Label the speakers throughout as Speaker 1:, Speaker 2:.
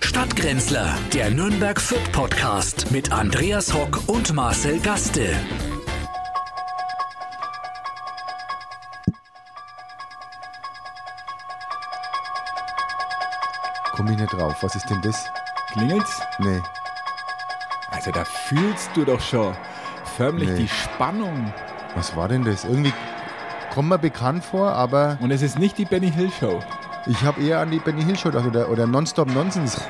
Speaker 1: Grenzler, der Nürnberg Fit Podcast mit Andreas Hock und Marcel Gaste.
Speaker 2: Komme ich nicht drauf. Was ist denn das?
Speaker 3: Klingelt's?
Speaker 2: Nee.
Speaker 3: Also da fühlst du doch schon förmlich
Speaker 2: Nee.
Speaker 3: die Spannung.
Speaker 2: Was war denn das? Irgendwie kommt mir bekannt vor, aber
Speaker 3: Und es ist nicht die Benny Hill Show.
Speaker 2: ich habe eher an die Benny Hill Show gedacht oder, oder Nonstop Nonsense.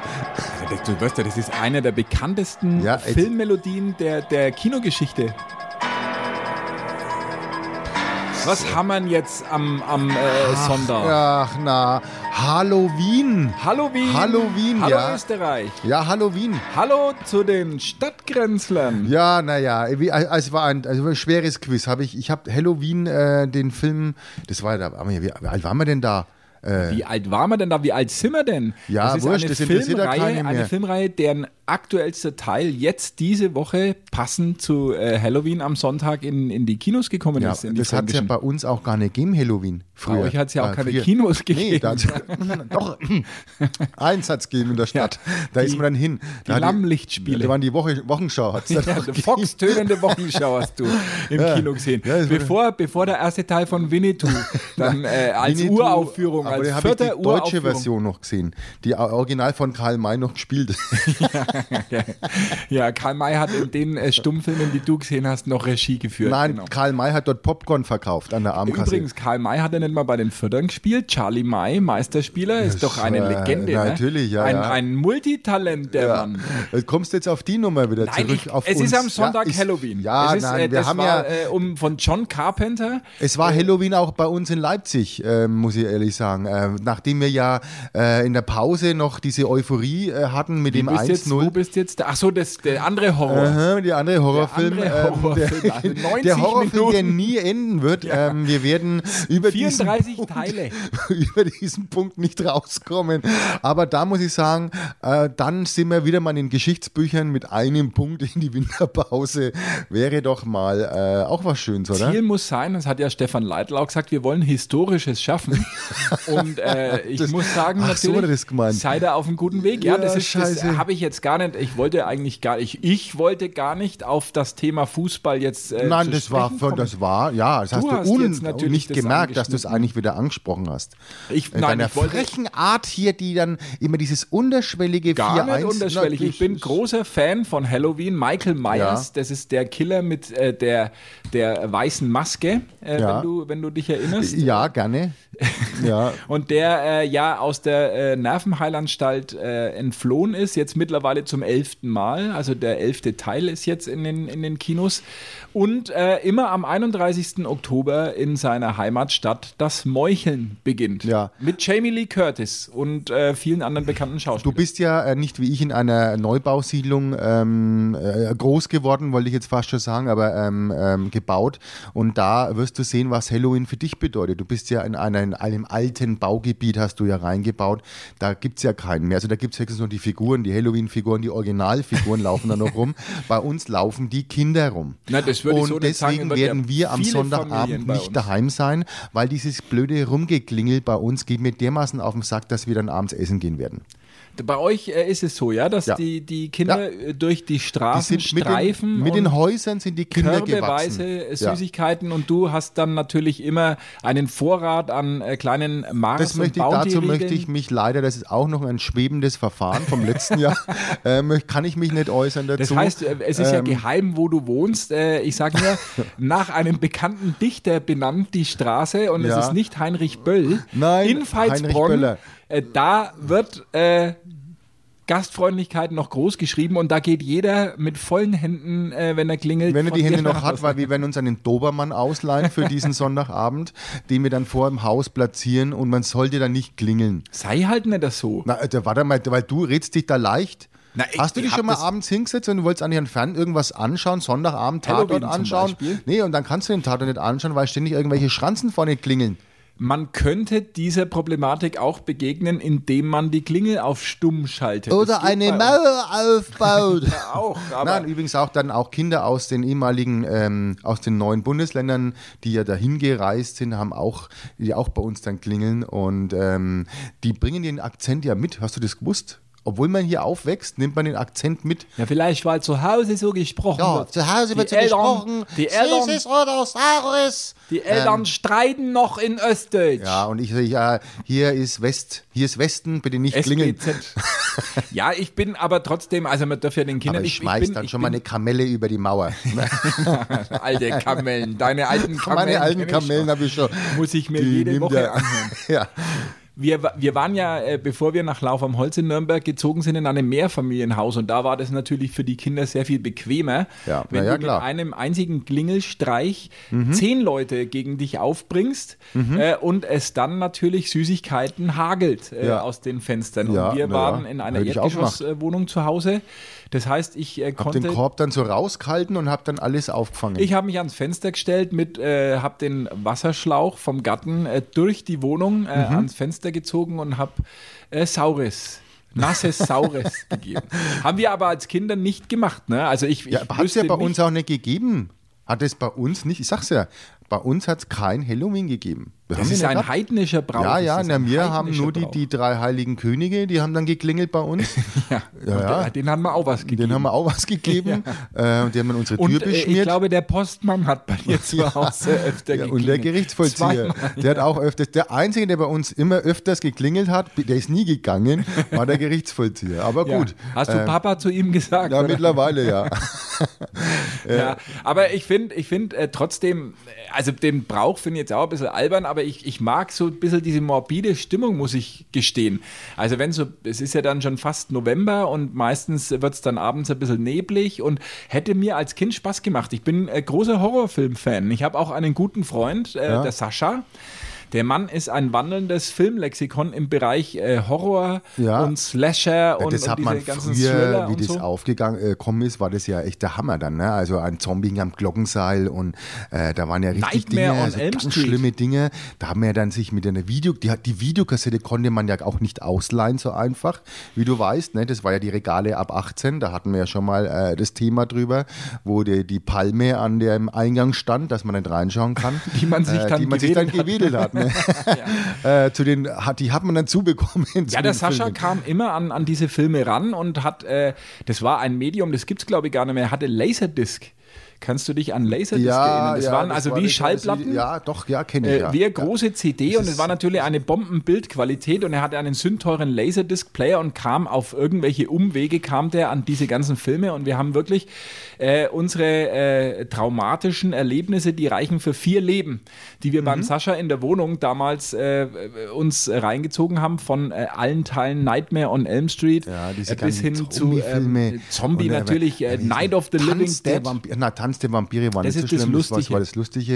Speaker 3: Also das, du weißt ja, das ist einer der bekanntesten
Speaker 2: Ja, jetzt-
Speaker 3: Filmmelodien der, der Kinogeschichte. Was haben wir jetzt am, am äh, Sonntag?
Speaker 2: Ach na, Halloween.
Speaker 3: Halloween.
Speaker 2: Halloween,
Speaker 3: Hallo
Speaker 2: ja.
Speaker 3: Österreich.
Speaker 2: Ja, Halloween.
Speaker 3: Hallo zu den Stadtgrenzlern.
Speaker 2: Ja, naja, es war ein, also ein schweres Quiz. Hab ich ich habe Halloween, äh, den Film, das war ja, da, aber wie, wie alt waren wir denn da? Äh,
Speaker 3: Wie alt waren wir denn da? Wie alt sind wir denn?
Speaker 2: Ja,
Speaker 3: das ist
Speaker 2: wurscht,
Speaker 3: eine
Speaker 2: das interessiert ja
Speaker 3: Filmreihe,
Speaker 2: keinen
Speaker 3: eine
Speaker 2: mehr.
Speaker 3: Filmreihe, deren aktuellster Teil jetzt diese Woche passend zu äh, Halloween am Sonntag in, in die Kinos gekommen
Speaker 2: ja,
Speaker 3: ist. In die
Speaker 2: das hat es ja
Speaker 3: fränkischen.
Speaker 2: bei uns auch gar nicht gegeben, Halloween. Früher.
Speaker 3: euch hat's ja auch
Speaker 2: Äh,
Speaker 3: keine Kinos
Speaker 2: Nee,
Speaker 3: gegeben.
Speaker 2: da hat's- doch, eins hat es gegeben in der Stadt. da ist man dann hin.
Speaker 3: die
Speaker 2: Da hat
Speaker 3: Lammlichtspiele.
Speaker 2: Da waren die Woche, Wochenschau. Hat's dann
Speaker 3: ja,
Speaker 2: auch
Speaker 3: eine
Speaker 2: gegeben.
Speaker 3: foxtönende Wochenschau hast du im
Speaker 2: Ja.
Speaker 3: Kino gesehen.
Speaker 2: Ja, das wurde-
Speaker 3: bevor, bevor der erste Teil von Winnetou dann äh, als
Speaker 2: Winnetou,
Speaker 3: Uraufführung,
Speaker 2: aber
Speaker 3: als
Speaker 2: da hab ich die
Speaker 3: vierter
Speaker 2: deutsche
Speaker 3: Uraufführung.
Speaker 2: Version noch gesehen. Die Original von Karl May noch gespielt.
Speaker 3: Ja, Karl May hat in den äh, Stummfilmen, die du gesehen hast, noch Regie geführt.
Speaker 2: Nein,
Speaker 3: genau.
Speaker 2: Karl May hat dort Popcorn verkauft an der Armkasse.
Speaker 3: Übrigens, Karl May hat er nicht mal bei den Fördern gespielt. Charlie May, Meisterspieler, ist
Speaker 2: Das
Speaker 3: doch eine
Speaker 2: war-
Speaker 3: Legende.
Speaker 2: natürlich,
Speaker 3: ne?
Speaker 2: ja,
Speaker 3: Ein,
Speaker 2: ja.
Speaker 3: ein Multitalent, der
Speaker 2: Ja.
Speaker 3: Mann.
Speaker 2: Jetzt Kommst du jetzt auf die Nummer wieder
Speaker 3: Nein,
Speaker 2: zurück
Speaker 3: ich,
Speaker 2: auf
Speaker 3: es
Speaker 2: uns.
Speaker 3: ist am Sonntag
Speaker 2: ja, ist,
Speaker 3: Halloween.
Speaker 2: Ja,
Speaker 3: es ist,
Speaker 2: nein,
Speaker 3: äh,
Speaker 2: wir
Speaker 3: das
Speaker 2: haben
Speaker 3: war,
Speaker 2: ja
Speaker 3: äh, um, von John Carpenter.
Speaker 2: Es
Speaker 3: Äh.
Speaker 2: war Halloween auch bei uns in Leipzig, äh, muss ich ehrlich sagen. Äh, nachdem wir ja äh, in der Pause noch diese Euphorie äh, hatten mit dem
Speaker 3: Du bist jetzt, du
Speaker 2: 1-0.
Speaker 3: bist jetzt, ach so, das, der andere Horror.
Speaker 2: Aha, der andere Horrorfilm,
Speaker 3: Der andere
Speaker 2: ähm,
Speaker 3: Horrorfilm,
Speaker 2: der,
Speaker 3: also 90
Speaker 2: der Horrorfilm, der
Speaker 3: Minuten.
Speaker 2: nie enden wird. Ähm, wir werden über diesen,
Speaker 3: 34 Teile.
Speaker 2: über diesen Punkt nicht rauskommen. Aber da muss ich sagen, äh, dann sind wir wieder mal in den Geschichtsbüchern mit einem Punkt in die Winterpause. Wäre doch mal äh, auch was Schönes, oder?
Speaker 3: Ziel muss sein, das hat ja Stefan Leitl auch gesagt, wir wollen Historisches schaffen. Und äh, ich
Speaker 2: Das-
Speaker 3: muss sagen,
Speaker 2: ach, so
Speaker 3: natürlich,
Speaker 2: hat er das gemeint.
Speaker 3: seid ihr auf einem guten Weg. Ja,
Speaker 2: Ja,
Speaker 3: das ist, das
Speaker 2: scheiße.
Speaker 3: habe ich jetzt gar nicht, ich wollte eigentlich gar nicht, ich wollte gar nicht auf das Thema Fußball jetzt äh,
Speaker 2: Nein,
Speaker 3: zu
Speaker 2: das war,
Speaker 3: sprechen kommen.
Speaker 2: das war, ja, das hast du
Speaker 3: hast
Speaker 2: un
Speaker 3: jetzt natürlich
Speaker 2: nicht
Speaker 3: das
Speaker 2: gemerkt, dass du es
Speaker 3: angeschnitten.
Speaker 2: eigentlich wieder angesprochen hast.
Speaker 3: Ich-
Speaker 2: In
Speaker 3: nein,
Speaker 2: deiner
Speaker 3: ich wollte-
Speaker 2: frechen Art hier, die dann immer dieses unterschwellige
Speaker 3: Gar
Speaker 2: 4-1.
Speaker 3: nicht unterschwellig.
Speaker 2: Na,
Speaker 3: Ich bin
Speaker 2: das-
Speaker 3: großer Fan von Halloween. Michael Myers,
Speaker 2: Ja.
Speaker 3: das ist der Killer mit äh, der, der weißen Maske, äh,
Speaker 2: Ja.
Speaker 3: wenn, du, wenn du dich erinnerst.
Speaker 2: Ja, gerne. Ja,
Speaker 3: Und der äh, ja aus der äh, Nervenheilanstalt äh, entflohen ist, jetzt mittlerweile zum elften Mal. Also der elfte Teil ist jetzt in den, in den Kinos. Und äh, immer am 31. Oktober in seiner Heimatstadt das Meucheln beginnt.
Speaker 2: Ja.
Speaker 3: Mit Jamie Lee Curtis und äh, vielen anderen bekannten
Speaker 2: Du
Speaker 3: Schauspielern.
Speaker 2: bist ja äh, nicht wie ich in einer Neubausiedlung ähm, äh, groß geworden, wollte ich jetzt fast schon sagen, aber ähm, ähm, gebaut. Und da wirst du sehen, was Halloween für dich bedeutet. Du bist ja in, einer, in einem alten Baugebiet, hast du ja reingebaut. Da gibt es ja keinen mehr. Also da gibt es höchstens nur die Figuren, die Halloween-Figuren, die Originalfiguren laufen da noch rum. Bei uns laufen die Kinder rum.
Speaker 3: Na, das würde ich
Speaker 2: Und
Speaker 3: so nicht sagen,
Speaker 2: deswegen
Speaker 3: aber
Speaker 2: werden
Speaker 3: ja
Speaker 2: wir am
Speaker 3: viele Familien
Speaker 2: Sonntagabend
Speaker 3: bei
Speaker 2: nicht
Speaker 3: uns.
Speaker 2: daheim sein, weil dieses blöde Rumgeklingel bei uns geht mir dermaßen auf den Sack, dass wir dann abends essen gehen werden.
Speaker 3: Bei euch äh, ist es so, ja, dass
Speaker 2: Ja.
Speaker 3: die, die Kinder äh, durch die
Speaker 2: Die
Speaker 3: Straßen
Speaker 2: sind mit
Speaker 3: streifen.
Speaker 2: den, mit den
Speaker 3: und- äh,
Speaker 2: Häusern sind die Kinder gewachsen.
Speaker 3: körbeweise
Speaker 2: Ja.
Speaker 3: Süßigkeiten und du hast dann natürlich immer einen Vorrat an äh, kleinen Mars
Speaker 2: Das möchte ich,
Speaker 3: und
Speaker 2: dazu
Speaker 3: Bounty-Riegeln.
Speaker 2: möchte ich mich leider, das ist auch noch ein schwebendes Verfahren vom letzten Jahr, äh, möcht- kann ich mich nicht äußern dazu.
Speaker 3: das heißt, äh, es
Speaker 2: Ähm.
Speaker 3: ist ja geheim, wo du wohnst. Äh, Ich sage nur, nach einem bekannten Dichter benannt die Straße und
Speaker 2: Ja.
Speaker 3: es ist nicht Heinrich Böll.
Speaker 2: Nein,
Speaker 3: in
Speaker 2: Heinrich
Speaker 3: Veitsbronn.
Speaker 2: Böller.
Speaker 3: äh, Da wird äh, Gastfreundlichkeit noch groß geschrieben und da geht jeder mit vollen Händen, äh, wenn er klingelt.
Speaker 2: wenn er
Speaker 3: von
Speaker 2: die Hände
Speaker 3: dir
Speaker 2: noch
Speaker 3: nach
Speaker 2: hat,
Speaker 3: Hause.
Speaker 2: weil wir werden uns einen Dobermann ausleihen für diesen Sonntagabend, den wir dann vor dem Haus platzieren und man sollte dann nicht klingeln.
Speaker 3: Sei halt nicht das so.
Speaker 2: Na, Alter, warte mal, weil du redst dich da leicht.
Speaker 3: Na, ich-
Speaker 2: Hast du dich
Speaker 3: ich hab
Speaker 2: schon mal
Speaker 3: das-
Speaker 2: abends hingesetzt und du wolltest an ihren Fern irgendwas anschauen, Sonntagabend
Speaker 3: Halloween
Speaker 2: Tatort
Speaker 3: zum
Speaker 2: anschauen?
Speaker 3: Beispiel.
Speaker 2: Nee, und dann kannst du den Tatort nicht anschauen, weil ständig irgendwelche Schranzen vorne klingeln.
Speaker 3: Man könnte dieser Problematik auch begegnen, indem man die Klingel auf stumm schaltet.
Speaker 2: Oder
Speaker 3: Das geht
Speaker 2: eine
Speaker 3: bei
Speaker 2: Mauer aufbaut.
Speaker 3: uns Auch, aber
Speaker 2: Nein, übrigens auch dann auch Kinder aus den ehemaligen, ähm, aus den neuen Bundesländern, die ja dahin gereist sind, haben auch, die auch bei uns dann klingeln und ähm, die bringen den Akzent ja mit. Hast du das gewusst? obwohl man hier aufwächst, nimmt man den Akzent mit.
Speaker 3: Ja, vielleicht, weil zu Hause so gesprochen
Speaker 2: Ja,
Speaker 3: wird.
Speaker 2: zu Hause wird
Speaker 3: die
Speaker 2: so
Speaker 3: Eltern,
Speaker 2: gesprochen.
Speaker 3: Die Eltern,
Speaker 2: Süßes oder Saures.
Speaker 3: die Eltern streiten noch in Östdeutsch.
Speaker 2: Ähm. Ja, und ich sage, ja, hier ist West, hier ist Westen, bitte nicht klingeln.
Speaker 3: SGZ. ja, ich bin aber trotzdem, also man darf ja den Kindern
Speaker 2: Aber ich
Speaker 3: ich
Speaker 2: schmeiß
Speaker 3: bin,
Speaker 2: dann
Speaker 3: ich
Speaker 2: schon mal
Speaker 3: bin,
Speaker 2: eine Kamelle über die Mauer.
Speaker 3: Alte Kamellen, deine alten Kamellen.
Speaker 2: Meine alten
Speaker 3: kenn ich
Speaker 2: Kamellen habe ich schon.
Speaker 3: schon. Muss ich mir
Speaker 2: Die
Speaker 3: jede
Speaker 2: nimmt
Speaker 3: Woche
Speaker 2: er.
Speaker 3: anhören.
Speaker 2: ja.
Speaker 3: Wir, wa- wir waren ja, äh, bevor wir nach Lauf am Holz in Nürnberg gezogen sind, in einem Mehrfamilienhaus und da war das natürlich für die Kinder sehr viel bequemer,
Speaker 2: Ja,
Speaker 3: wenn
Speaker 2: na ja,
Speaker 3: du
Speaker 2: klar. Mhm.
Speaker 3: mit einem einzigen Klingelstreich zehn Leute gegen dich aufbringst äh, und es dann natürlich Süßigkeiten hagelt äh,
Speaker 2: Ja.
Speaker 3: aus den Fenstern.
Speaker 2: Ja,
Speaker 3: und wir
Speaker 2: na
Speaker 3: waren
Speaker 2: ja,
Speaker 3: in einer
Speaker 2: hätte ich auch gemacht.
Speaker 3: Erdgeschosswohnung zu Hause. Das heißt, ich äh,
Speaker 2: Hab
Speaker 3: konnte
Speaker 2: den Korb dann so rausgehalten und hab dann alles aufgefangen.
Speaker 3: ich habe mich ans Fenster gestellt mit, äh, habe den Wasserschlauch vom Garten äh, durch die Wohnung äh,
Speaker 2: Mhm.
Speaker 3: ans Fenster gezogen und habe äh, Saures. Nasses Saures gegeben. Haben wir aber als Kinder nicht gemacht. Ne? Also ich, ich
Speaker 2: ja, hat es ja
Speaker 3: wüsste
Speaker 2: bei
Speaker 3: nicht-
Speaker 2: uns auch nicht gegeben. Hat es bei uns nicht, ich sag's ja, bei uns hat es kein Halloween gegeben. Wir
Speaker 3: Das
Speaker 2: haben
Speaker 3: ist
Speaker 2: den
Speaker 3: ein
Speaker 2: gehabt.
Speaker 3: heidnischer Brauch.
Speaker 2: Ja,
Speaker 3: Das
Speaker 2: ja,
Speaker 3: ist
Speaker 2: na,
Speaker 3: ein
Speaker 2: wir haben
Speaker 3: heidnischer
Speaker 2: nur die,
Speaker 3: Brauch.
Speaker 2: die drei heiligen Könige, die haben dann geklingelt bei uns.
Speaker 3: Ja,
Speaker 2: Ja, ja.
Speaker 3: Und, äh, Den haben wir auch was gegeben.
Speaker 2: Denen haben wir auch was gegeben. Äh, die haben dann unsere Tür
Speaker 3: und äh, ich
Speaker 2: beschmiert.
Speaker 3: glaube, der Postmann hat bei dir zu Hause öfter
Speaker 2: ja,
Speaker 3: geklingelt.
Speaker 2: und der Gerichtsvollzieher,
Speaker 3: Zweimal.
Speaker 2: der hat auch öfters, der Einzige, der bei uns immer öfters geklingelt hat, der ist nie gegangen, war der Gerichtsvollzieher. Aber
Speaker 3: Ja.
Speaker 2: gut.
Speaker 3: Hast du
Speaker 2: Ähm,
Speaker 3: Papa zu ihm gesagt?
Speaker 2: ja,
Speaker 3: oder?
Speaker 2: mittlerweile, ja.
Speaker 3: Ja, aber ich finde ich find, äh, trotzdem, äh, also den Brauch finde ich jetzt auch ein bisschen albern, aber ich, ich mag so ein bisschen diese morbide Stimmung, muss ich gestehen. Also wenn so, es ist ja dann schon fast November und meistens wird es dann abends ein bisschen neblig und hätte mir als Kind Spaß gemacht. Ich bin äh, großer Horrorfilm-Fan. Ich habe auch einen guten Freund, äh,
Speaker 2: Ja.
Speaker 3: der Sascha. Der Mann ist ein wandelndes Filmlexikon im Bereich äh, Horror
Speaker 2: Ja.
Speaker 3: und Slasher und,
Speaker 2: das
Speaker 3: und
Speaker 2: hat man
Speaker 3: diese ganzen
Speaker 2: früher,
Speaker 3: Thriller
Speaker 2: wie
Speaker 3: und
Speaker 2: das
Speaker 3: so.
Speaker 2: aufgegangen äh, gekommen ist, war das ja echt der Hammer dann. Ne? Also ein Zombie hing am Glockenseil und äh, da waren ja richtig
Speaker 3: Nightmare
Speaker 2: Dinge,
Speaker 3: on
Speaker 2: also
Speaker 3: Elm
Speaker 2: ganz
Speaker 3: Street.
Speaker 2: schlimme Dinge. Da haben wir ja dann sich mit einer Video, die, hat- die Videokassette konnte man ja auch nicht ausleihen so einfach, wie du weißt. Ne? Das war ja die Regale ab 18, da hatten wir ja schon mal äh, das Thema drüber, wo die, die Palme an dem Eingang stand, dass man nicht reinschauen kann. Äh,
Speaker 3: Die man sich dann
Speaker 2: die man sich dann
Speaker 3: gewedelt
Speaker 2: gewedelt hat. Ne? äh, zu den, hat, die hat man dann zubekommen. zu
Speaker 3: Ja, der
Speaker 2: den
Speaker 3: Sascha
Speaker 2: Filmen.
Speaker 3: kam immer an, an diese Filme ran und hat, äh, das war ein Medium, das gibt's glaube ich gar nicht mehr, er hatte Laserdisc. Kannst du dich an Laserdisc erinnern? Das waren
Speaker 2: das
Speaker 3: also
Speaker 2: war
Speaker 3: wie
Speaker 2: das-
Speaker 3: Schallplatten.
Speaker 2: Ja, doch, ja, kenne ich.
Speaker 3: Äh,
Speaker 2: Ja.
Speaker 3: wie eine große CD und es war natürlich eine Bombenbildqualität und er hatte einen sündteuren Laserdisc-Player und kam auf irgendwelche Umwege, kam der an diese ganzen Filme und wir haben wirklich äh, unsere äh, traumatischen Erlebnisse, die reichen für vier Leben, die wir
Speaker 2: Mhm.
Speaker 3: beim Sascha in der Wohnung damals äh, uns reingezogen haben von äh, allen Teilen Nightmare on Elm Street
Speaker 2: ja, diese
Speaker 3: äh, bis
Speaker 2: ganzen
Speaker 3: hin zu ähm,
Speaker 2: Zombie-Filme.
Speaker 3: Zombie
Speaker 2: Und, äh,
Speaker 3: natürlich,
Speaker 2: ja,
Speaker 3: äh,
Speaker 2: diese
Speaker 3: Night of the
Speaker 2: Tanz
Speaker 3: Living
Speaker 2: der
Speaker 3: Dead,
Speaker 2: Vampire, na, Tanz der Vampire war
Speaker 3: Das
Speaker 2: nicht
Speaker 3: ist
Speaker 2: so
Speaker 3: das
Speaker 2: schlimm. Das, war-
Speaker 3: Lustige.
Speaker 2: das war das Lustige.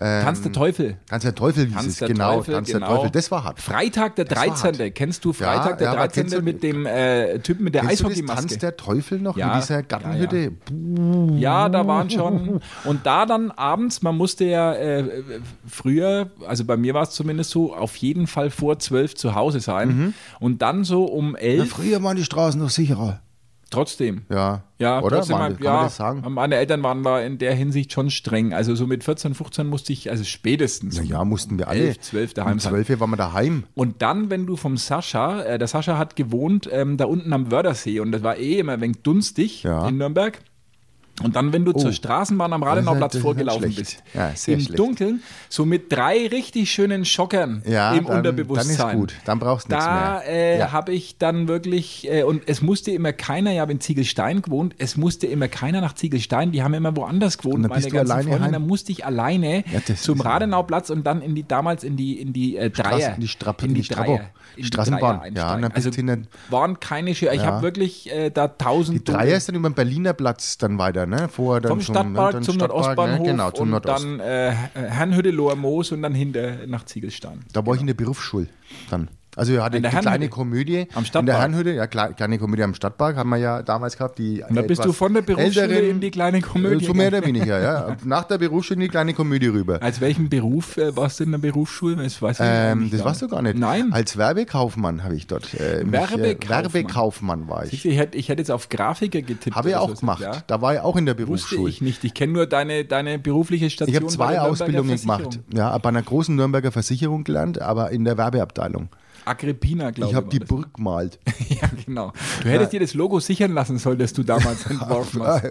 Speaker 2: Ähm,
Speaker 3: Tanz der Teufel.
Speaker 2: Tanz der Teufel hieß
Speaker 3: Tanz
Speaker 2: es,
Speaker 3: der
Speaker 2: genau.
Speaker 3: Teufel,
Speaker 2: Tanz
Speaker 3: genau.
Speaker 2: der Teufel, das war hart.
Speaker 3: Freitag der
Speaker 2: war
Speaker 3: 13.
Speaker 2: hart.
Speaker 3: Kennst du Freitag
Speaker 2: ja,
Speaker 3: der
Speaker 2: aber kennst
Speaker 3: 13.
Speaker 2: du-
Speaker 3: mit dem äh, Typen mit der
Speaker 2: Kennst du das
Speaker 3: Eishockeymaske?
Speaker 2: Tanz der Teufel noch
Speaker 3: Ja,
Speaker 2: mit dieser Gartenhütte?
Speaker 3: ja, Ja, da waren schon. Und da dann abends, man musste ja äh, äh, früher, also bei mir war es zumindest so, auf jeden Fall vor zwölf zu Hause sein.
Speaker 2: Mhm.
Speaker 3: Und dann so um
Speaker 2: Ja,
Speaker 3: elf
Speaker 2: früher waren die Straßen noch sicherer.
Speaker 3: trotzdem.
Speaker 2: Ja,
Speaker 3: Ja,
Speaker 2: oder?
Speaker 3: trotzdem,
Speaker 2: Man,
Speaker 3: hat-
Speaker 2: kann
Speaker 3: ja,
Speaker 2: man das sagen?
Speaker 3: meine Eltern waren da in der Hinsicht schon streng. Also so mit 14, 15 musste ich, also spätestens.
Speaker 2: Na
Speaker 3: um
Speaker 2: ja, mussten wir alle.
Speaker 3: elf, zwölf daheim
Speaker 2: Um
Speaker 3: sein.
Speaker 2: zwölf Uhr waren wir daheim.
Speaker 3: Und dann, wenn du vom Sascha, äh, der Sascha hat gewohnt ähm, da unten am Wördersee und das war eh immer ein wenig dunstig
Speaker 2: Ja.
Speaker 3: in Nürnberg. Und dann, wenn du zur Straßenbahn am
Speaker 2: Das
Speaker 3: Radenauplatz
Speaker 2: ist- das ist
Speaker 3: vorgelaufen
Speaker 2: schlecht.
Speaker 3: bist,
Speaker 2: Ja, sehr
Speaker 3: im
Speaker 2: schlecht.
Speaker 3: Dunkeln, so mit drei richtig schönen Schockern
Speaker 2: Ja,
Speaker 3: im
Speaker 2: dann-
Speaker 3: Unterbewusstsein.
Speaker 2: dann ist gut. Dann brauchst du nichts
Speaker 3: Da
Speaker 2: mehr.
Speaker 3: äh,
Speaker 2: Ja.
Speaker 3: habe ich dann wirklich, äh, und es musste immer keiner, ich habe in Ziegelstein gewohnt, es musste immer keiner nach Ziegelstein, die haben immer woanders gewohnt.
Speaker 2: Und dann
Speaker 3: meine
Speaker 2: bist du
Speaker 3: ganzen
Speaker 2: alleine
Speaker 3: Freunde,
Speaker 2: heim?
Speaker 3: dann musste ich alleine
Speaker 2: Ja, das
Speaker 3: zum
Speaker 2: ist-
Speaker 3: Radenauplatz und dann in die damals in die in die äh, Dreier,
Speaker 2: Straßen- die Strappe- die Strabo-
Speaker 3: Dreier, in die
Speaker 2: Straßenbahn.
Speaker 3: Dreier einsteigen.
Speaker 2: Ja, und dann bist
Speaker 3: also
Speaker 2: du in den-
Speaker 3: waren keine Schö Ich habe wirklich äh, da tausend
Speaker 2: Die Dreier ist dann über den Berliner Platz dann weiter, ne? Vorher dann
Speaker 3: vom Stadtpark
Speaker 2: dann
Speaker 3: zum
Speaker 2: Stadtpark,
Speaker 3: Nordostbahnhof
Speaker 2: ne? Genau, zum
Speaker 3: und
Speaker 2: Nordost.
Speaker 3: dann äh, Herrnhütte Loher Moos und dann hinter nach Ziegelstein.
Speaker 2: Da war ich in der Berufsschule dann. Also wir hatten
Speaker 3: genau. In
Speaker 2: eine
Speaker 3: der
Speaker 2: kleine
Speaker 3: Herrenhütte?
Speaker 2: Komödie.
Speaker 3: Am
Speaker 2: In
Speaker 3: Stadtpark?
Speaker 2: der Herrenhütte, ja, kle- kleine Komödie am Stadtpark haben wir ja damals gehabt. Die
Speaker 3: Und da bist du von der Berufsschule in die kleine Komödie.
Speaker 2: So mehr oder weniger, ja. Nach der Berufsschule in die kleine Komödie rüber.
Speaker 3: Als welchen Beruf äh, warst du in der Berufsschule? Das weiß ich
Speaker 2: Ähm,
Speaker 3: eigentlich
Speaker 2: das warst du gar nicht.
Speaker 3: Nein.
Speaker 2: Als Werbekaufmann habe ich dort. Äh, mich,
Speaker 3: Werbekaufmann.
Speaker 2: Äh, Werbekaufmann war
Speaker 3: Ich,
Speaker 2: ich.
Speaker 3: ich, hätte, ich hätte jetzt auf Grafiker getippt.
Speaker 2: Habe ich
Speaker 3: oder
Speaker 2: auch
Speaker 3: sowas,
Speaker 2: gemacht.
Speaker 3: Ja?
Speaker 2: Da war ich auch in der
Speaker 3: Wusste
Speaker 2: Berufsschule.
Speaker 3: ich nicht. Ich kenne nur deine, deine berufliche Station.
Speaker 2: Ich habe
Speaker 3: bei
Speaker 2: zwei
Speaker 3: der Nürnberger
Speaker 2: Ausbildungen gemacht.
Speaker 3: Versicherung.
Speaker 2: Ja, bei einer großen Nürnberger Versicherung gelernt, aber in der Werbeabteilung.
Speaker 3: Agrippina, glaube
Speaker 2: Ich habe die
Speaker 3: war das.
Speaker 2: Burg gemalt.
Speaker 3: Ja, genau. Du hättest dir das Logo sichern lassen sollen, das du damals entworfen hast.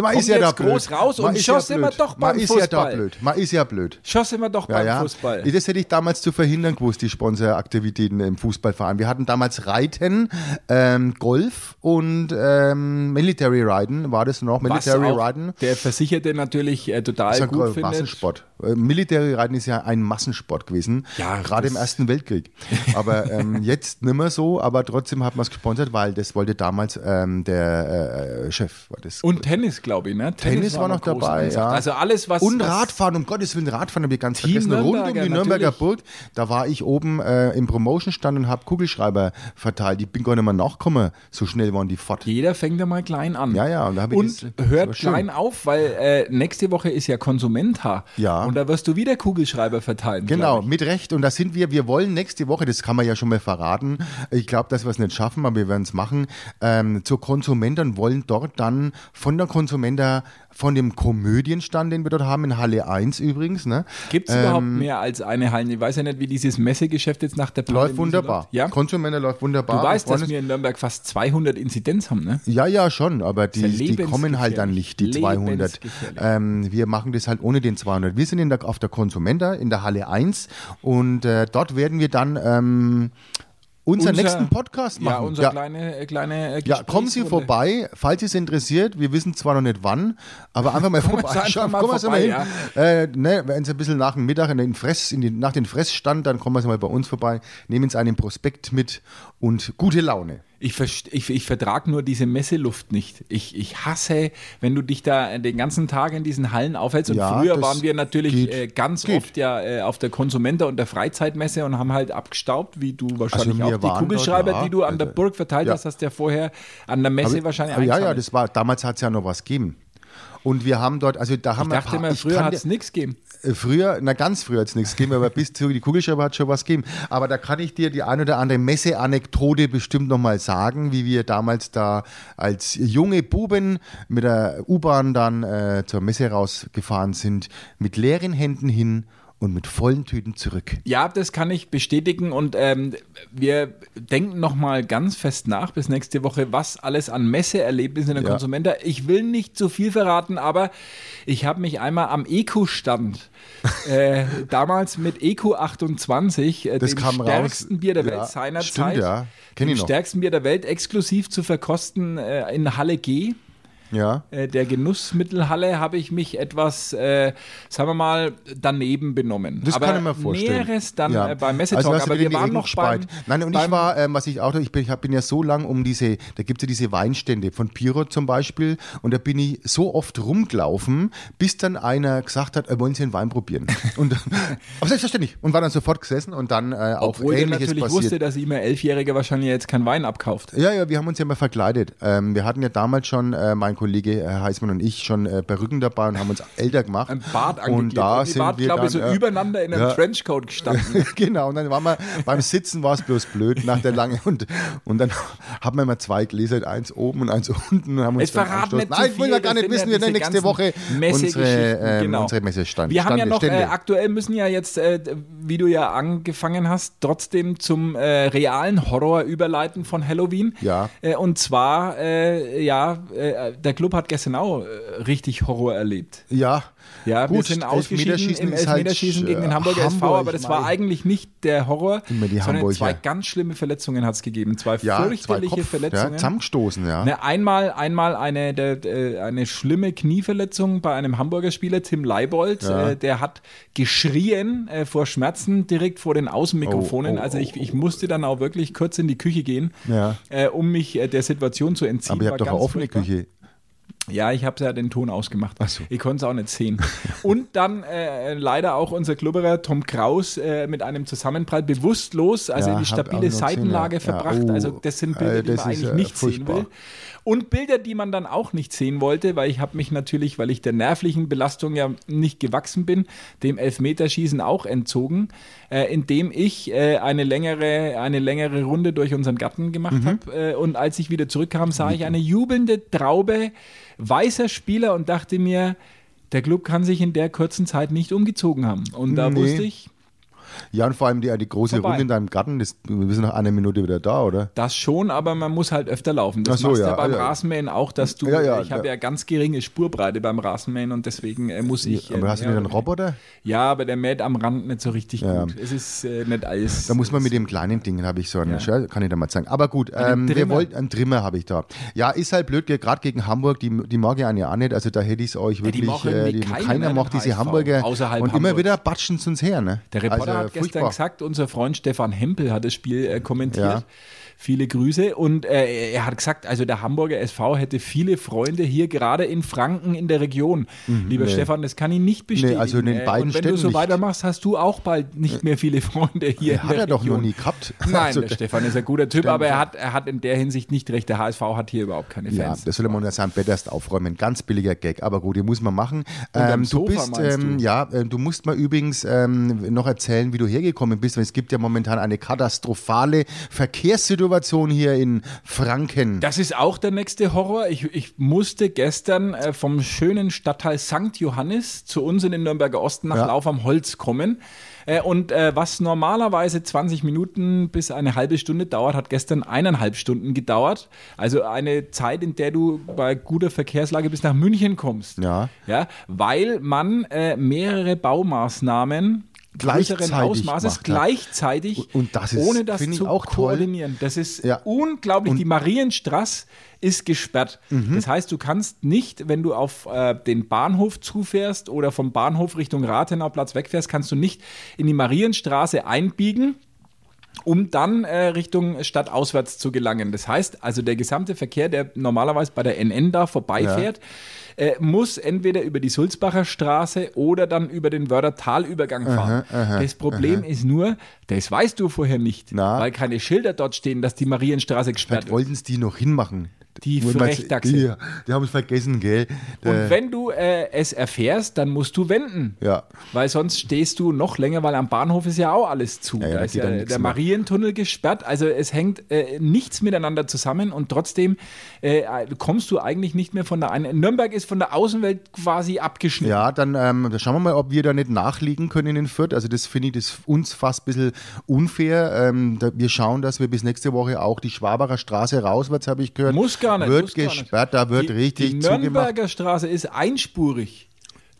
Speaker 2: Man
Speaker 3: Kommt jetzt groß raus und schoss immer
Speaker 2: blöd.
Speaker 3: doch
Speaker 2: Man
Speaker 3: beim
Speaker 2: ist ja
Speaker 3: Fußball.
Speaker 2: da blöd. Man ist ja blöd.
Speaker 3: Schoss immer doch
Speaker 2: Ja,
Speaker 3: beim
Speaker 2: ja.
Speaker 3: Fußball.
Speaker 2: Das hätte ich damals zu verhindern gewusst, die Sponsoraktivitäten im Fußballverein. Wir hatten damals Reiten, ähm, Golf und ähm, Military Riden. War das noch?
Speaker 3: Was
Speaker 2: Military
Speaker 3: auch
Speaker 2: Riden?
Speaker 3: der Versicherte natürlich äh,
Speaker 2: Das
Speaker 3: total
Speaker 2: ist ein
Speaker 3: gut
Speaker 2: großer
Speaker 3: findet.
Speaker 2: Massensport. Äh, Military Reiten ist ja ein Massensport gewesen.
Speaker 3: Ja,
Speaker 2: gerade
Speaker 3: das-
Speaker 2: im Ersten Weltkrieg. Aber ähm, jetzt nicht mehr so, aber trotzdem hat man es gesponsert, weil das wollte damals ähm, der äh, Chef. War das
Speaker 3: Und Tennis, glaube ich, ne?
Speaker 2: Tennis war noch
Speaker 3: groß
Speaker 2: dabei,
Speaker 3: angesagt.
Speaker 2: ja.
Speaker 3: Also alles, was.
Speaker 2: Und
Speaker 3: was-
Speaker 2: Radfahren, um Gottes Willen, Radfahren habe ich ganz
Speaker 3: Team
Speaker 2: vergessen. Rund um die
Speaker 3: Nürnberger,
Speaker 2: Nürnberger
Speaker 3: natürlich.
Speaker 2: Burg, da war ich oben äh, im Promotion-Stand und habe Kugelschreiber verteilt. Ich bin gar nicht mehr nachgekommen, so schnell waren die fort.
Speaker 3: Jeder fängt ja mal klein an.
Speaker 2: Ja, ja, und da hab ich
Speaker 3: und
Speaker 2: das- das war
Speaker 3: hört
Speaker 2: schön.
Speaker 3: klein auf, weil äh, nächste Woche ist ja Konsumenta.
Speaker 2: Ja.
Speaker 3: Und da wirst du wieder Kugelschreiber verteilen.
Speaker 2: Genau,
Speaker 3: glaub ich.
Speaker 2: mit Recht. Und da sind wir, wir wollen nächste Woche, das kann man ja schon mal verraten, ich glaube, dass wir es nicht schaffen, aber wir werden es machen, ähm, zur Konsumenten wollen dort dann von der Konsumenter, von dem Komödienstand, den wir dort haben, in Halle 1 übrigens, ne?
Speaker 3: Gibt es überhaupt mehr als eine Halle? Ich weiß ja nicht, wie dieses Messegeschäft jetzt nach der Pandemie
Speaker 2: Läuft wunderbar.
Speaker 3: so läuft. Ja?
Speaker 2: Konsumenter läuft wunderbar.
Speaker 3: Du weißt,
Speaker 2: Wir freuen
Speaker 3: dass
Speaker 2: uns.
Speaker 3: wir in Nürnberg fast 200 Inzidenz haben, ne?
Speaker 2: Ja, ja, schon, aber die,
Speaker 3: ja
Speaker 2: die kommen halt dann nicht, die 200.
Speaker 3: lebensgefährlich.
Speaker 2: Ähm, wir machen das halt ohne den 200. Wir sind in der, auf der Konsumenta in der Halle 1 und äh, dort werden wir dann ähm, unseren nächsten Podcast machen.
Speaker 3: Ja, unser kleine, äh, kleine äh,
Speaker 2: Ja, kommen Sie
Speaker 3: Gesprächsrunde.
Speaker 2: vorbei, falls es interessiert. Wir wissen zwar noch nicht wann, aber einfach mal
Speaker 3: Sie
Speaker 2: vorbeischauen.
Speaker 3: einfach mal
Speaker 2: Kommen Sie mal hin.
Speaker 3: vorbei,
Speaker 2: Äh, ne, Wenn es ein bisschen nach dem Mittag in den Fress, in den, nach dem Fressstand, dann kommen Sie mal bei uns vorbei, nehmen Sie einen Prospekt mit und gute Laune.
Speaker 3: Ich, verst- ich, ich vertrage nur diese Messeluft nicht. Ich, ich hasse, wenn du dich da äh, den ganzen Tag in diesen Hallen aufhältst. Und
Speaker 2: Ja,
Speaker 3: früher
Speaker 2: das
Speaker 3: waren wir natürlich
Speaker 2: geht.
Speaker 3: äh, ganz
Speaker 2: Geht.
Speaker 3: oft ja äh, auf der Konsumenter- und der Freizeitmesse und haben halt abgestaubt, wie du wahrscheinlich
Speaker 2: Also wir
Speaker 3: auch die
Speaker 2: waren
Speaker 3: Kugelschreiber,
Speaker 2: dort, ja.
Speaker 3: die du an der
Speaker 2: Also,
Speaker 3: Burg verteilt
Speaker 2: ja.
Speaker 3: hast, hast du ja vorher an der Messe
Speaker 2: Aber-
Speaker 3: wahrscheinlich
Speaker 2: aber Ja, ja,
Speaker 3: eingesammelt.
Speaker 2: das war, damals hat es ja noch was gegeben. Und wir haben dort, also da haben
Speaker 3: Ich
Speaker 2: wir
Speaker 3: dachte
Speaker 2: ein paar,
Speaker 3: immer, früher
Speaker 2: kann
Speaker 3: hat es
Speaker 2: dir-
Speaker 3: nichts gegeben.
Speaker 2: äh, Früher, na ganz früher hat es nichts gegeben, aber bis zu die Kugelschreiber hat schon was gegeben. Aber da kann ich dir die ein oder andere Messeanekdote bestimmt nochmal sagen, wie wir damals da als junge Buben mit der U-Bahn dann äh, zur Messe rausgefahren sind, mit leeren Händen hin und mit vollen Tüten zurück.
Speaker 3: Ja, das kann ich bestätigen und ähm, wir denken nochmal ganz fest nach bis nächste Woche, was alles an Messeerlebnissen in der
Speaker 2: Ja.
Speaker 3: Konsumenta. Ich will nicht zu viel verraten, aber ich habe mich einmal am Eco-Stand äh, damals mit Eco 28, äh,
Speaker 2: Das
Speaker 3: dem
Speaker 2: kam raus.
Speaker 3: stärksten Bier der Welt
Speaker 2: Ja,
Speaker 3: seinerzeit,
Speaker 2: stimmt, ja. Kenn
Speaker 3: dem
Speaker 2: ich noch.
Speaker 3: stärksten Bier der Welt exklusiv zu verkosten äh, in Halle G
Speaker 2: Ja.
Speaker 3: äh, der Genussmittelhalle habe ich mich etwas, äh, sagen wir mal, daneben benommen.
Speaker 2: Das
Speaker 3: Aber
Speaker 2: kann ich mir vorstellen.
Speaker 3: Näheres dann
Speaker 2: Ja.
Speaker 3: äh, bei Messetalk.
Speaker 2: Also hast du
Speaker 3: Aber
Speaker 2: wieder in
Speaker 3: wir
Speaker 2: die
Speaker 3: waren
Speaker 2: Ecken
Speaker 3: noch beim,
Speaker 2: gespeit. Nein, und
Speaker 3: beim
Speaker 2: ich war, ähm, was ich auch, ich bin, ich hab- bin ja so lang um diese, da gibt es ja diese Weinstände von Piro zum Beispiel und da bin ich so oft rumgelaufen, bis dann einer gesagt hat, äh, wollen Sie einen Wein probieren? Und, aber selbstverständlich. Und war dann sofort gesessen und dann äh, auch
Speaker 3: obwohl ich
Speaker 2: Ähnliches
Speaker 3: natürlich
Speaker 2: passiert.
Speaker 3: wusste, dass ihm ein Elfjähriger wahrscheinlich jetzt keinen Wein abkauft.
Speaker 2: Ja, ja, wir haben uns ja mal verkleidet. Ähm, wir hatten ja damals schon, äh, mein Kollege äh, Heißmann und ich, schon äh, Perücken dabei und haben uns älter gemacht.
Speaker 3: Ein Bart
Speaker 2: Und da
Speaker 3: die
Speaker 2: sind
Speaker 3: Bart,
Speaker 2: wir
Speaker 3: glaube
Speaker 2: dann,
Speaker 3: ich, so
Speaker 2: äh,
Speaker 3: übereinander in einem
Speaker 2: ja.
Speaker 3: Trenchcoat gestanden.
Speaker 2: genau, und dann waren wir, beim Sitzen war es bloß blöd nach der langen und, und dann haben wir immer zwei Gläser, eins oben und eins unten und haben uns
Speaker 3: Jetzt verraten
Speaker 2: angestoßen.
Speaker 3: nicht
Speaker 2: Nein, ich will ja gar nicht wissen, wir
Speaker 3: dann
Speaker 2: werden nächste Woche unsere, ähm, unsere Messestand.
Speaker 3: genau. Wir haben ja
Speaker 2: Stande-
Speaker 3: noch, äh,
Speaker 2: Stände.
Speaker 3: aktuell müssen ja jetzt, äh, wie du ja angefangen hast, trotzdem zum äh, realen Horror überleiten von Halloween.
Speaker 2: Ja.
Speaker 3: Äh, und zwar, äh, ja, äh, der Club hat gestern auch äh, richtig Horror erlebt.
Speaker 2: ja,
Speaker 3: Ja, wir
Speaker 2: Gut,
Speaker 3: sind
Speaker 2: das
Speaker 3: ausgeschieden
Speaker 2: Elfmeterschießen
Speaker 3: im
Speaker 2: ist halt,
Speaker 3: Elfmeterschießen gegen den
Speaker 2: äh,
Speaker 3: Hamburger SV,
Speaker 2: Hamburg,
Speaker 3: aber das
Speaker 2: ich
Speaker 3: war
Speaker 2: mein-
Speaker 3: eigentlich nicht der Horror,
Speaker 2: Immer die
Speaker 3: sondern
Speaker 2: Hamburger.
Speaker 3: zwei ganz schlimme Verletzungen hat es gegeben. Zwei
Speaker 2: ja, zwei
Speaker 3: fürchterliche
Speaker 2: Kopf,
Speaker 3: Verletzungen.
Speaker 2: Ja, zusammengestoßen, ja.
Speaker 3: Ne, einmal, einmal eine, der, äh, eine schlimme Knieverletzung bei einem Hamburger Spieler, Tim Leibold.
Speaker 2: Ja.
Speaker 3: Äh, der hat geschrien äh, vor Schmerzen direkt vor den Außenmikrofonen.
Speaker 2: Oh, oh,
Speaker 3: also ich,
Speaker 2: oh,
Speaker 3: ich musste dann auch wirklich kurz in die Küche gehen,
Speaker 2: Ja.
Speaker 3: äh, um mich äh, der Situation zu entziehen.
Speaker 2: aber ihr
Speaker 3: War
Speaker 2: habt doch eine
Speaker 3: ganz
Speaker 2: offene
Speaker 3: furchtbar.
Speaker 2: Küche.
Speaker 3: Ja, ich habe ja den Ton ausgemacht.
Speaker 2: Ach so.
Speaker 3: Ich konnte es auch nicht sehen. Und dann äh, leider auch unser Klubberer Tom Kraus äh, mit einem Zusammenprall bewusstlos, also
Speaker 2: Ja,
Speaker 3: in die
Speaker 2: hab auch
Speaker 3: stabile
Speaker 2: noch gesehen,
Speaker 3: Seitenlage
Speaker 2: ja. Ja,
Speaker 3: verbracht.
Speaker 2: oh,
Speaker 3: also das sind Bilder,
Speaker 2: äh,
Speaker 3: die man
Speaker 2: das ist,
Speaker 3: eigentlich
Speaker 2: äh,
Speaker 3: nicht
Speaker 2: furchtbar.
Speaker 3: sehen will. Genau. Und Bilder, die man dann auch nicht sehen wollte, weil ich habe mich natürlich, weil ich der nervlichen Belastung ja nicht gewachsen bin, dem Elfmeterschießen auch entzogen, äh, indem ich äh, eine, längere, eine längere Runde durch unseren Garten gemacht habe. Äh, und als ich wieder zurückkam, sah ich eine jubelnde Traube weißer Spieler und dachte mir, der Club kann sich in der kurzen Zeit nicht umgezogen haben. Und da
Speaker 2: Nee.
Speaker 3: wusste ich,
Speaker 2: Ja, und vor allem die, die große
Speaker 3: Vorbei.
Speaker 2: Runde in deinem Garten, das, wir sind nach einer Minute wieder da, oder?
Speaker 3: Das schon, aber man muss halt öfter laufen. Das
Speaker 2: Ach so,
Speaker 3: machst du ja
Speaker 2: ja,
Speaker 3: beim
Speaker 2: ja.
Speaker 3: Rasenmähen auch, dass du,
Speaker 2: Ja, ja,
Speaker 3: ich habe
Speaker 2: ja.
Speaker 3: ja ganz geringe Spurbreite beim Rasenmähen und deswegen äh, muss ich. äh,
Speaker 2: Aber hast du
Speaker 3: ja,
Speaker 2: nicht einen Roboter?
Speaker 3: Ja, aber der mäht am Rand nicht so richtig
Speaker 2: Ja.
Speaker 3: gut. Es ist äh, nicht alles.
Speaker 2: Da muss man mit dem kleinen Ding, habe ich so einen,
Speaker 3: Ja.
Speaker 2: Schal- kann ich da mal zeigen. Aber gut, ähm, wir
Speaker 3: Trimmer.
Speaker 2: wollten, einen Trimmer habe ich da. Ja, ist halt blöd, gerade gegen Hamburg, die, die mag ich eigentlich auch nicht, also da hätte ich es euch
Speaker 3: die
Speaker 2: wirklich,
Speaker 3: machen
Speaker 2: äh,
Speaker 3: die keinen
Speaker 2: keiner macht diese
Speaker 3: HSV,
Speaker 2: Hamburger
Speaker 3: außerhalb
Speaker 2: und immer
Speaker 3: Hamburgs.
Speaker 2: wieder batschen sie uns her, ne?
Speaker 3: Der Reporter
Speaker 2: Also,
Speaker 3: hat gestern
Speaker 2: furchtbar.
Speaker 3: gesagt, unser Freund Stefan Hempel hat das Spiel äh, kommentiert.
Speaker 2: Ja.
Speaker 3: Viele Grüße. Und äh, er hat gesagt, also der Hamburger SV hätte viele Freunde hier gerade in Franken in der Region. Lieber Stefan, das kann ich nicht bestätigen.
Speaker 2: Mhm, also in den
Speaker 3: Äh,
Speaker 2: beiden
Speaker 3: Und wenn du
Speaker 2: Städten
Speaker 3: so
Speaker 2: nicht. Äh,
Speaker 3: weitermachst, hast du auch bald nicht mehr viele Freunde hier. in
Speaker 2: Hat
Speaker 3: der
Speaker 2: er doch
Speaker 3: Region.
Speaker 2: noch nie gehabt.
Speaker 3: Nein,
Speaker 2: Also,
Speaker 3: der Stefan ist ein guter Typ, aber er hat, er hat in der Hinsicht nicht recht. Der HSV hat hier überhaupt keine
Speaker 2: Ja,
Speaker 3: Fans.
Speaker 2: das will man unter seinem Bett erst aufräumen. Ganz billiger Gag, aber gut, den muss man machen.
Speaker 3: Unterm
Speaker 2: Ähm, du
Speaker 3: Sofa
Speaker 2: bist,
Speaker 3: meinst
Speaker 2: ähm,
Speaker 3: du?
Speaker 2: ja, äh, du musst mal übrigens ähm, noch erzählen, wie du hergekommen bist, weil es gibt ja momentan eine katastrophale Verkehrssituation hier in Franken.
Speaker 3: Das ist auch der nächste Horror. Ich, ich musste gestern äh, vom schönen Stadtteil St. Johannes zu uns in den Nürnberger Osten nach
Speaker 2: Ja.
Speaker 3: Lauf am Holz kommen. Äh, und äh, was normalerweise 20 Minuten bis eine halbe Stunde dauert, hat gestern eineinhalb Stunden gedauert. Also eine Zeit, in der du bei guter Verkehrslage bis nach München kommst.
Speaker 2: Ja.
Speaker 3: ja weil man äh, mehrere Baumaßnahmen größeren
Speaker 2: Gleichzeitig
Speaker 3: Ausmaßes
Speaker 2: macht, ja.
Speaker 3: gleichzeitig,
Speaker 2: Und das ist-
Speaker 3: ohne das
Speaker 2: finde ich
Speaker 3: zu
Speaker 2: auch toll.
Speaker 3: koordinieren koordinieren. Das ist
Speaker 2: Ja.
Speaker 3: unglaublich. die Marienstraße ist gesperrt.
Speaker 2: Mhm.
Speaker 3: Das heißt, du kannst nicht, wenn du auf äh, den Bahnhof zufährst oder vom Bahnhof Richtung Rathenauplatz wegfährst, kannst du nicht in die Marienstraße einbiegen um dann äh, Richtung Stadt auswärts zu gelangen. Das heißt, also der gesamte Verkehr, der normalerweise bei der NN da vorbeifährt, äh, muss entweder über die Sulzbacher Straße oder dann über den Wörder Talübergang fahren. das Problem ist nur, das weißt du vorher nicht,
Speaker 2: Na?
Speaker 3: weil keine Schilder dort stehen, dass die Marienstraße gesperrt
Speaker 2: Vielleicht
Speaker 3: wird.
Speaker 2: wollten es die noch hinmachen.
Speaker 3: Die
Speaker 2: Wo man-
Speaker 3: Frechdachse.
Speaker 2: Ja, die haben es vergessen, gell?
Speaker 3: Und wenn du äh, es erfährst, dann musst du wenden.
Speaker 2: ja.
Speaker 3: Weil sonst stehst du noch länger, weil am Bahnhof ist ja auch alles zu.
Speaker 2: ja,
Speaker 3: da
Speaker 2: da
Speaker 3: ist
Speaker 2: geht
Speaker 3: ja
Speaker 2: dann nix
Speaker 3: der
Speaker 2: mehr.
Speaker 3: Marientunnel gesperrt. Also es hängt äh, nichts miteinander zusammen und trotzdem äh, kommst du eigentlich nicht mehr von der einen. Nürnberg ist von der Außenwelt quasi abgeschnitten.
Speaker 2: Ja, dann ähm, dann schauen wir mal, ob wir da nicht nachliegen können in Fürth. Also das finde ich das uns fast ein bisschen unfair. Ähm, da, wir schauen, dass wir bis nächste Woche auch die Schwabacher Straße rauswärts, habe ich gehört.
Speaker 3: Muss gar nicht. muss
Speaker 2: Wird
Speaker 3: gar nicht.
Speaker 2: gesperrt, da wird
Speaker 3: die,
Speaker 2: richtig
Speaker 3: Die
Speaker 2: zugemacht.
Speaker 3: Nürnberger Straße ist einspurig.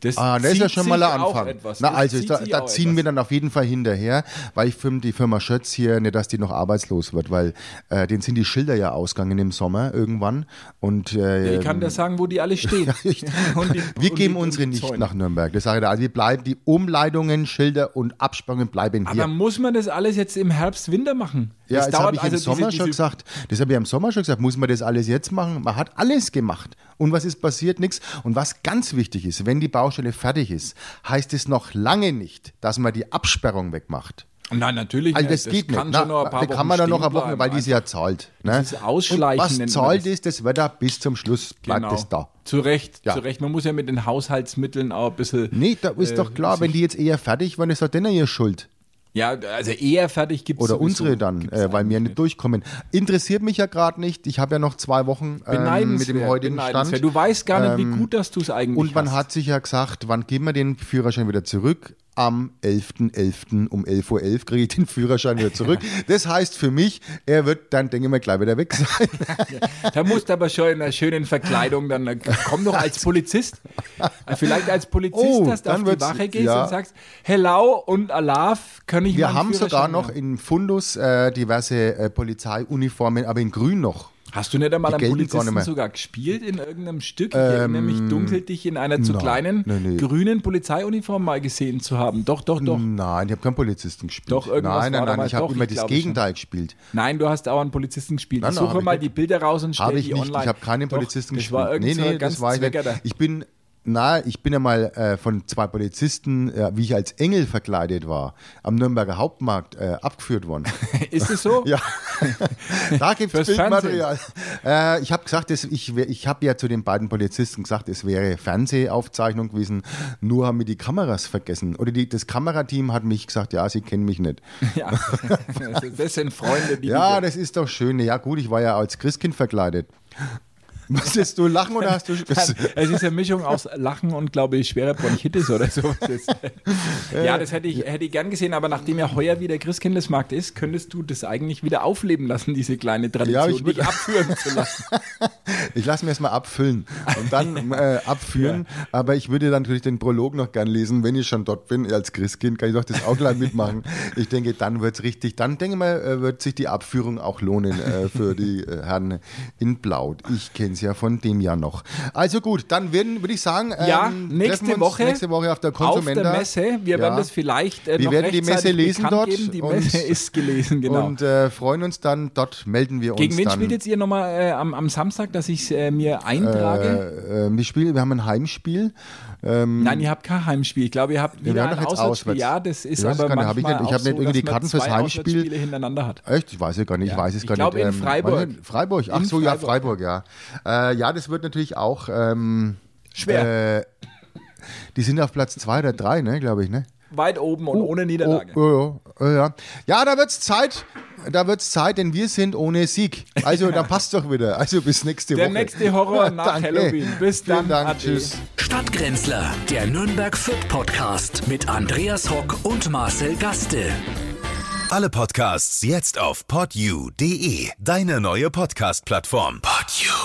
Speaker 3: Das,
Speaker 2: Ah, das ist ja
Speaker 3: zieht
Speaker 2: schon mal
Speaker 3: sich
Speaker 2: ein
Speaker 3: auch
Speaker 2: Anfang.
Speaker 3: Etwas.
Speaker 2: Na,
Speaker 3: Das
Speaker 2: also
Speaker 3: zieht
Speaker 2: da,
Speaker 3: sich
Speaker 2: da
Speaker 3: auch
Speaker 2: ziehen
Speaker 3: etwas.
Speaker 2: wir dann auf jeden Fall hinterher, weil ich finde die Firma Schötz hier, nicht, dass die noch arbeitslos wird, weil äh, denen sind die Schilder ja ausgegangen im Sommer irgendwann. Und äh,
Speaker 3: Ich kann dir sagen, wo die alle stehen. Und die-
Speaker 2: Wir
Speaker 3: und
Speaker 2: geben
Speaker 3: die-
Speaker 2: unsere
Speaker 3: und die
Speaker 2: nicht
Speaker 3: Zäune.
Speaker 2: nach Nürnberg. Das sage ich da. Also wir bleiben, die Umleitungen, Schilder und Absperrungen bleiben
Speaker 3: Aber
Speaker 2: hier.
Speaker 3: muss man das alles jetzt im Herbst, Winter machen?
Speaker 2: Ja,
Speaker 3: das
Speaker 2: das habe ich im
Speaker 3: also diese-
Speaker 2: Sommer schon
Speaker 3: diese
Speaker 2: gesagt. Das habe ich im Sommer schon gesagt. Muss man das alles jetzt machen? Man hat alles gemacht. Und was ist passiert? Nichts. Und was ganz wichtig ist, wenn die Baustelle fertig ist, heißt es noch lange nicht, dass man die Absperrung wegmacht.
Speaker 3: Nein, natürlich
Speaker 2: Also das,
Speaker 3: nicht.
Speaker 2: geht
Speaker 3: kann
Speaker 2: nicht.
Speaker 3: schon noch ein paar
Speaker 2: da
Speaker 3: Wochen
Speaker 2: kann man dann noch
Speaker 3: stehen
Speaker 2: eine Woche,
Speaker 3: bleiben.
Speaker 2: weil die ist ja zahlt. Ne?
Speaker 3: Dieses Ausschleichen
Speaker 2: Und was
Speaker 3: nennt man
Speaker 2: zahlt
Speaker 3: das.
Speaker 2: ist, das Wetter bis zum Schluss bleibt
Speaker 3: Genau.
Speaker 2: es da.
Speaker 3: Zu Recht,
Speaker 2: Ja.
Speaker 3: zu Recht. Man muss ja mit den Haushaltsmitteln auch ein bisschen.
Speaker 2: Nee, da ist
Speaker 3: Äh,
Speaker 2: doch klar, wenn die jetzt eher fertig waren, ist doch denen ihr schuld.
Speaker 3: Ja, also eher fertig gibt es.
Speaker 2: Oder unsere dann, äh, weil wir nicht durchkommen. Interessiert mich ja gerade nicht. Ich habe ja noch zwei Wochen ähm, mit dem heutigen Stand.
Speaker 3: Du weißt gar nicht,
Speaker 2: Ähm,
Speaker 3: wie gut dass du es eigentlich
Speaker 2: Und man
Speaker 3: hast.
Speaker 2: hat sich ja gesagt, wann geben wir den Führerschein wieder zurück? Am 11.11. um 11.11 Uhr kriege ich den Führerschein wieder zurück. Das heißt für mich, er wird dann, denke ich mal, gleich wieder weg sein.
Speaker 3: Da musst du aber schon in einer schönen Verkleidung dann, äh, komm doch als Polizist. Äh, Vielleicht als Polizist,
Speaker 2: Oh,
Speaker 3: dass du auf
Speaker 2: dann
Speaker 3: die
Speaker 2: wird's-
Speaker 3: Wache gehst
Speaker 2: ja.
Speaker 3: und sagst, hello und alaf, kann ich
Speaker 2: Wir
Speaker 3: meinen
Speaker 2: haben sogar
Speaker 3: Führerschein
Speaker 2: noch
Speaker 3: haben?
Speaker 2: im Fundus äh, diverse äh, Polizeiuniformen, aber in grün noch.
Speaker 3: Hast du nicht einmal
Speaker 2: Die
Speaker 3: am
Speaker 2: gelten gar nicht
Speaker 3: Polizisten
Speaker 2: mehr. Ähm,
Speaker 3: sogar gespielt in irgendeinem Stück? ich erinnere mich dunkel, dich in einer zu
Speaker 2: nein,
Speaker 3: kleinen
Speaker 2: nee, Hm. nee.
Speaker 3: grünen Polizeiuniform mal gesehen zu haben. Doch, doch, doch.
Speaker 2: Nein, ich habe keinen Polizisten gespielt.
Speaker 3: Doch, irgendwas
Speaker 2: nein, nein,
Speaker 3: war da
Speaker 2: nein,
Speaker 3: mal.
Speaker 2: ich habe
Speaker 3: Doch,
Speaker 2: immer
Speaker 3: ich ne?
Speaker 2: das
Speaker 3: glaube schon.
Speaker 2: Gegenteil gespielt.
Speaker 3: Nein, du hast auch einen Polizisten gespielt.
Speaker 2: Nein,
Speaker 3: ich
Speaker 2: nein,
Speaker 3: suche
Speaker 2: hab ich
Speaker 3: mal
Speaker 2: nicht.
Speaker 3: die Bilder raus und stell
Speaker 2: Habe
Speaker 3: die
Speaker 2: ich nicht.
Speaker 3: online.
Speaker 2: Ich habe keinen
Speaker 3: Doch,
Speaker 2: Polizisten
Speaker 3: das
Speaker 2: gespielt.
Speaker 3: War
Speaker 2: nee,
Speaker 3: irgend so
Speaker 2: nee,
Speaker 3: ein
Speaker 2: das
Speaker 3: ganz
Speaker 2: war ich nicht.
Speaker 3: Zwecker da.
Speaker 2: Ich bin, na, ich bin einmal äh, von zwei Polizisten, äh, wie ich als Engel verkleidet war, am Nürnberger Hauptmarkt äh, abgeführt worden.
Speaker 3: Ist es so?
Speaker 2: Ja, da gibt es
Speaker 3: Fürs
Speaker 2: Bildmaterial. Äh, ich habe gesagt, es- ich, wär- ich habe ja zu den beiden Polizisten gesagt, es wäre Fernsehaufzeichnung gewesen, nur haben wir die Kameras vergessen. Oder die, das Kamerateam hat mich gesagt, ja, sie kennen mich nicht.
Speaker 3: Ja. Das sind Freunde, die.
Speaker 2: Ja, das ist doch schön. Ja, gut, ich war ja als Christkind verkleidet. Musstest du lachen oder hast du. Das,
Speaker 3: Es ist eine Mischung aus Lachen und, glaube ich, schwerer Bronchitis oder sowas. Das- ja, das hätte ich, hätte ich gern gesehen, aber nachdem ja heuer wieder Christkindlesmarkt ist, könntest du das eigentlich wieder aufleben lassen, diese kleine Tradition,
Speaker 2: Ja, ich
Speaker 3: dich
Speaker 2: würd-
Speaker 3: abführen zu lassen.
Speaker 2: ich lasse mir erstmal abfüllen und dann äh, abführen. Aber ich würde dann natürlich den Prolog noch gern lesen, wenn ich schon dort bin. Als Christkind kann ich doch das auch gleich mitmachen. Ich denke, dann wird es richtig. Dann denke ich mal, äh, wird sich die Abführung auch lohnen äh, für die äh, Herren in Blaut. Ich kenne es ja von dem Jahr noch. Also gut, dann werden, würde ich sagen, ähm,
Speaker 3: Ja,
Speaker 2: treffen
Speaker 3: nächste
Speaker 2: wir uns
Speaker 3: Woche
Speaker 2: nächste Woche auf der
Speaker 3: Auf
Speaker 2: Konsumenta.
Speaker 3: der Messe, wir werden das vielleicht äh,
Speaker 2: Wir
Speaker 3: noch
Speaker 2: werden die
Speaker 3: rechtzeitig
Speaker 2: Messe lesen
Speaker 3: bekannt
Speaker 2: dort
Speaker 3: Geben. Die
Speaker 2: und-
Speaker 3: Messe ist gelesen, genau.
Speaker 2: Und äh, freuen uns dann, dort melden wir
Speaker 3: Gegen
Speaker 2: uns
Speaker 3: wen
Speaker 2: dann.
Speaker 3: spielt jetzt ihr nochmal äh, am, am Samstag, dass ich es äh, mir eintrage?
Speaker 2: äh, äh, wir, spielen, wir haben ein Heimspiel.
Speaker 3: Nein, ihr habt kein Heimspiel. Ich glaube, ihr habt
Speaker 2: wir
Speaker 3: wieder
Speaker 2: haben
Speaker 3: ein
Speaker 2: doch jetzt
Speaker 3: Auswärtsspiel.
Speaker 2: auswärts.
Speaker 3: Ja, das
Speaker 2: Ich
Speaker 3: ist
Speaker 2: weiß es
Speaker 3: aber
Speaker 2: gar nicht,
Speaker 3: manchmal
Speaker 2: hab ich nicht. Ich hab nicht
Speaker 3: auch so,
Speaker 2: irgendwie die
Speaker 3: dass man
Speaker 2: Karten fürs
Speaker 3: zwei
Speaker 2: Heimspiel. Äh,
Speaker 3: Auswärtsspiele hintereinander hat.
Speaker 2: Echt? Ich weiß ja gar nicht. Ich weiß es
Speaker 3: Ich
Speaker 2: gar
Speaker 3: glaube,
Speaker 2: nicht. ähm,
Speaker 3: in Freiburg.
Speaker 2: wann- Freiburg. Ach
Speaker 3: In
Speaker 2: so, ja,
Speaker 3: Freiburg.
Speaker 2: Freiburg, ja. Äh, ja, das wird natürlich auch. Ähm,
Speaker 3: Schwer.
Speaker 2: Äh, die sind auf Platz zwei oder drei, ne, glaube ich, ne?
Speaker 3: Weit oben und ohne Niederlage.
Speaker 2: Oh, oh, oh, ja. ja, da wird's Zeit. Da wird's Zeit, denn wir sind ohne Sieg. Also, da passt doch wieder. Also bis nächste
Speaker 3: Der
Speaker 2: Woche.
Speaker 3: nächste Horror nach
Speaker 2: Danke.
Speaker 3: Halloween. Bis
Speaker 2: Vielen
Speaker 3: dann.
Speaker 2: Dank.
Speaker 3: Ade.
Speaker 2: Tschüss.
Speaker 1: Stadtgrenzler, der Nürnberg Fit Podcast mit Andreas Hock und Marcel Gaste.
Speaker 4: Alle Podcasts jetzt auf podyou.de, deine neue Podcast-Plattform. Podyou.